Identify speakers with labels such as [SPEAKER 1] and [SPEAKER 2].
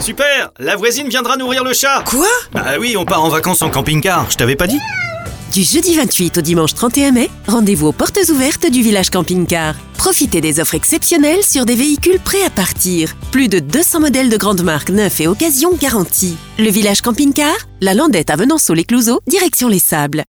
[SPEAKER 1] Super La voisine viendra nourrir le chat
[SPEAKER 2] Quoi
[SPEAKER 1] Bah oui, on part en vacances en camping-car, je t'avais pas dit
[SPEAKER 3] Du jeudi 28 au dimanche 31 mai, rendez-vous aux portes ouvertes du village camping-car. Profitez des offres exceptionnelles sur des véhicules prêts à partir. Plus de 200 modèles de grandes marques neufs et occasions garanties. Le village camping-car, la Landette à Venanceau-les-Clouseaux, direction les Sables.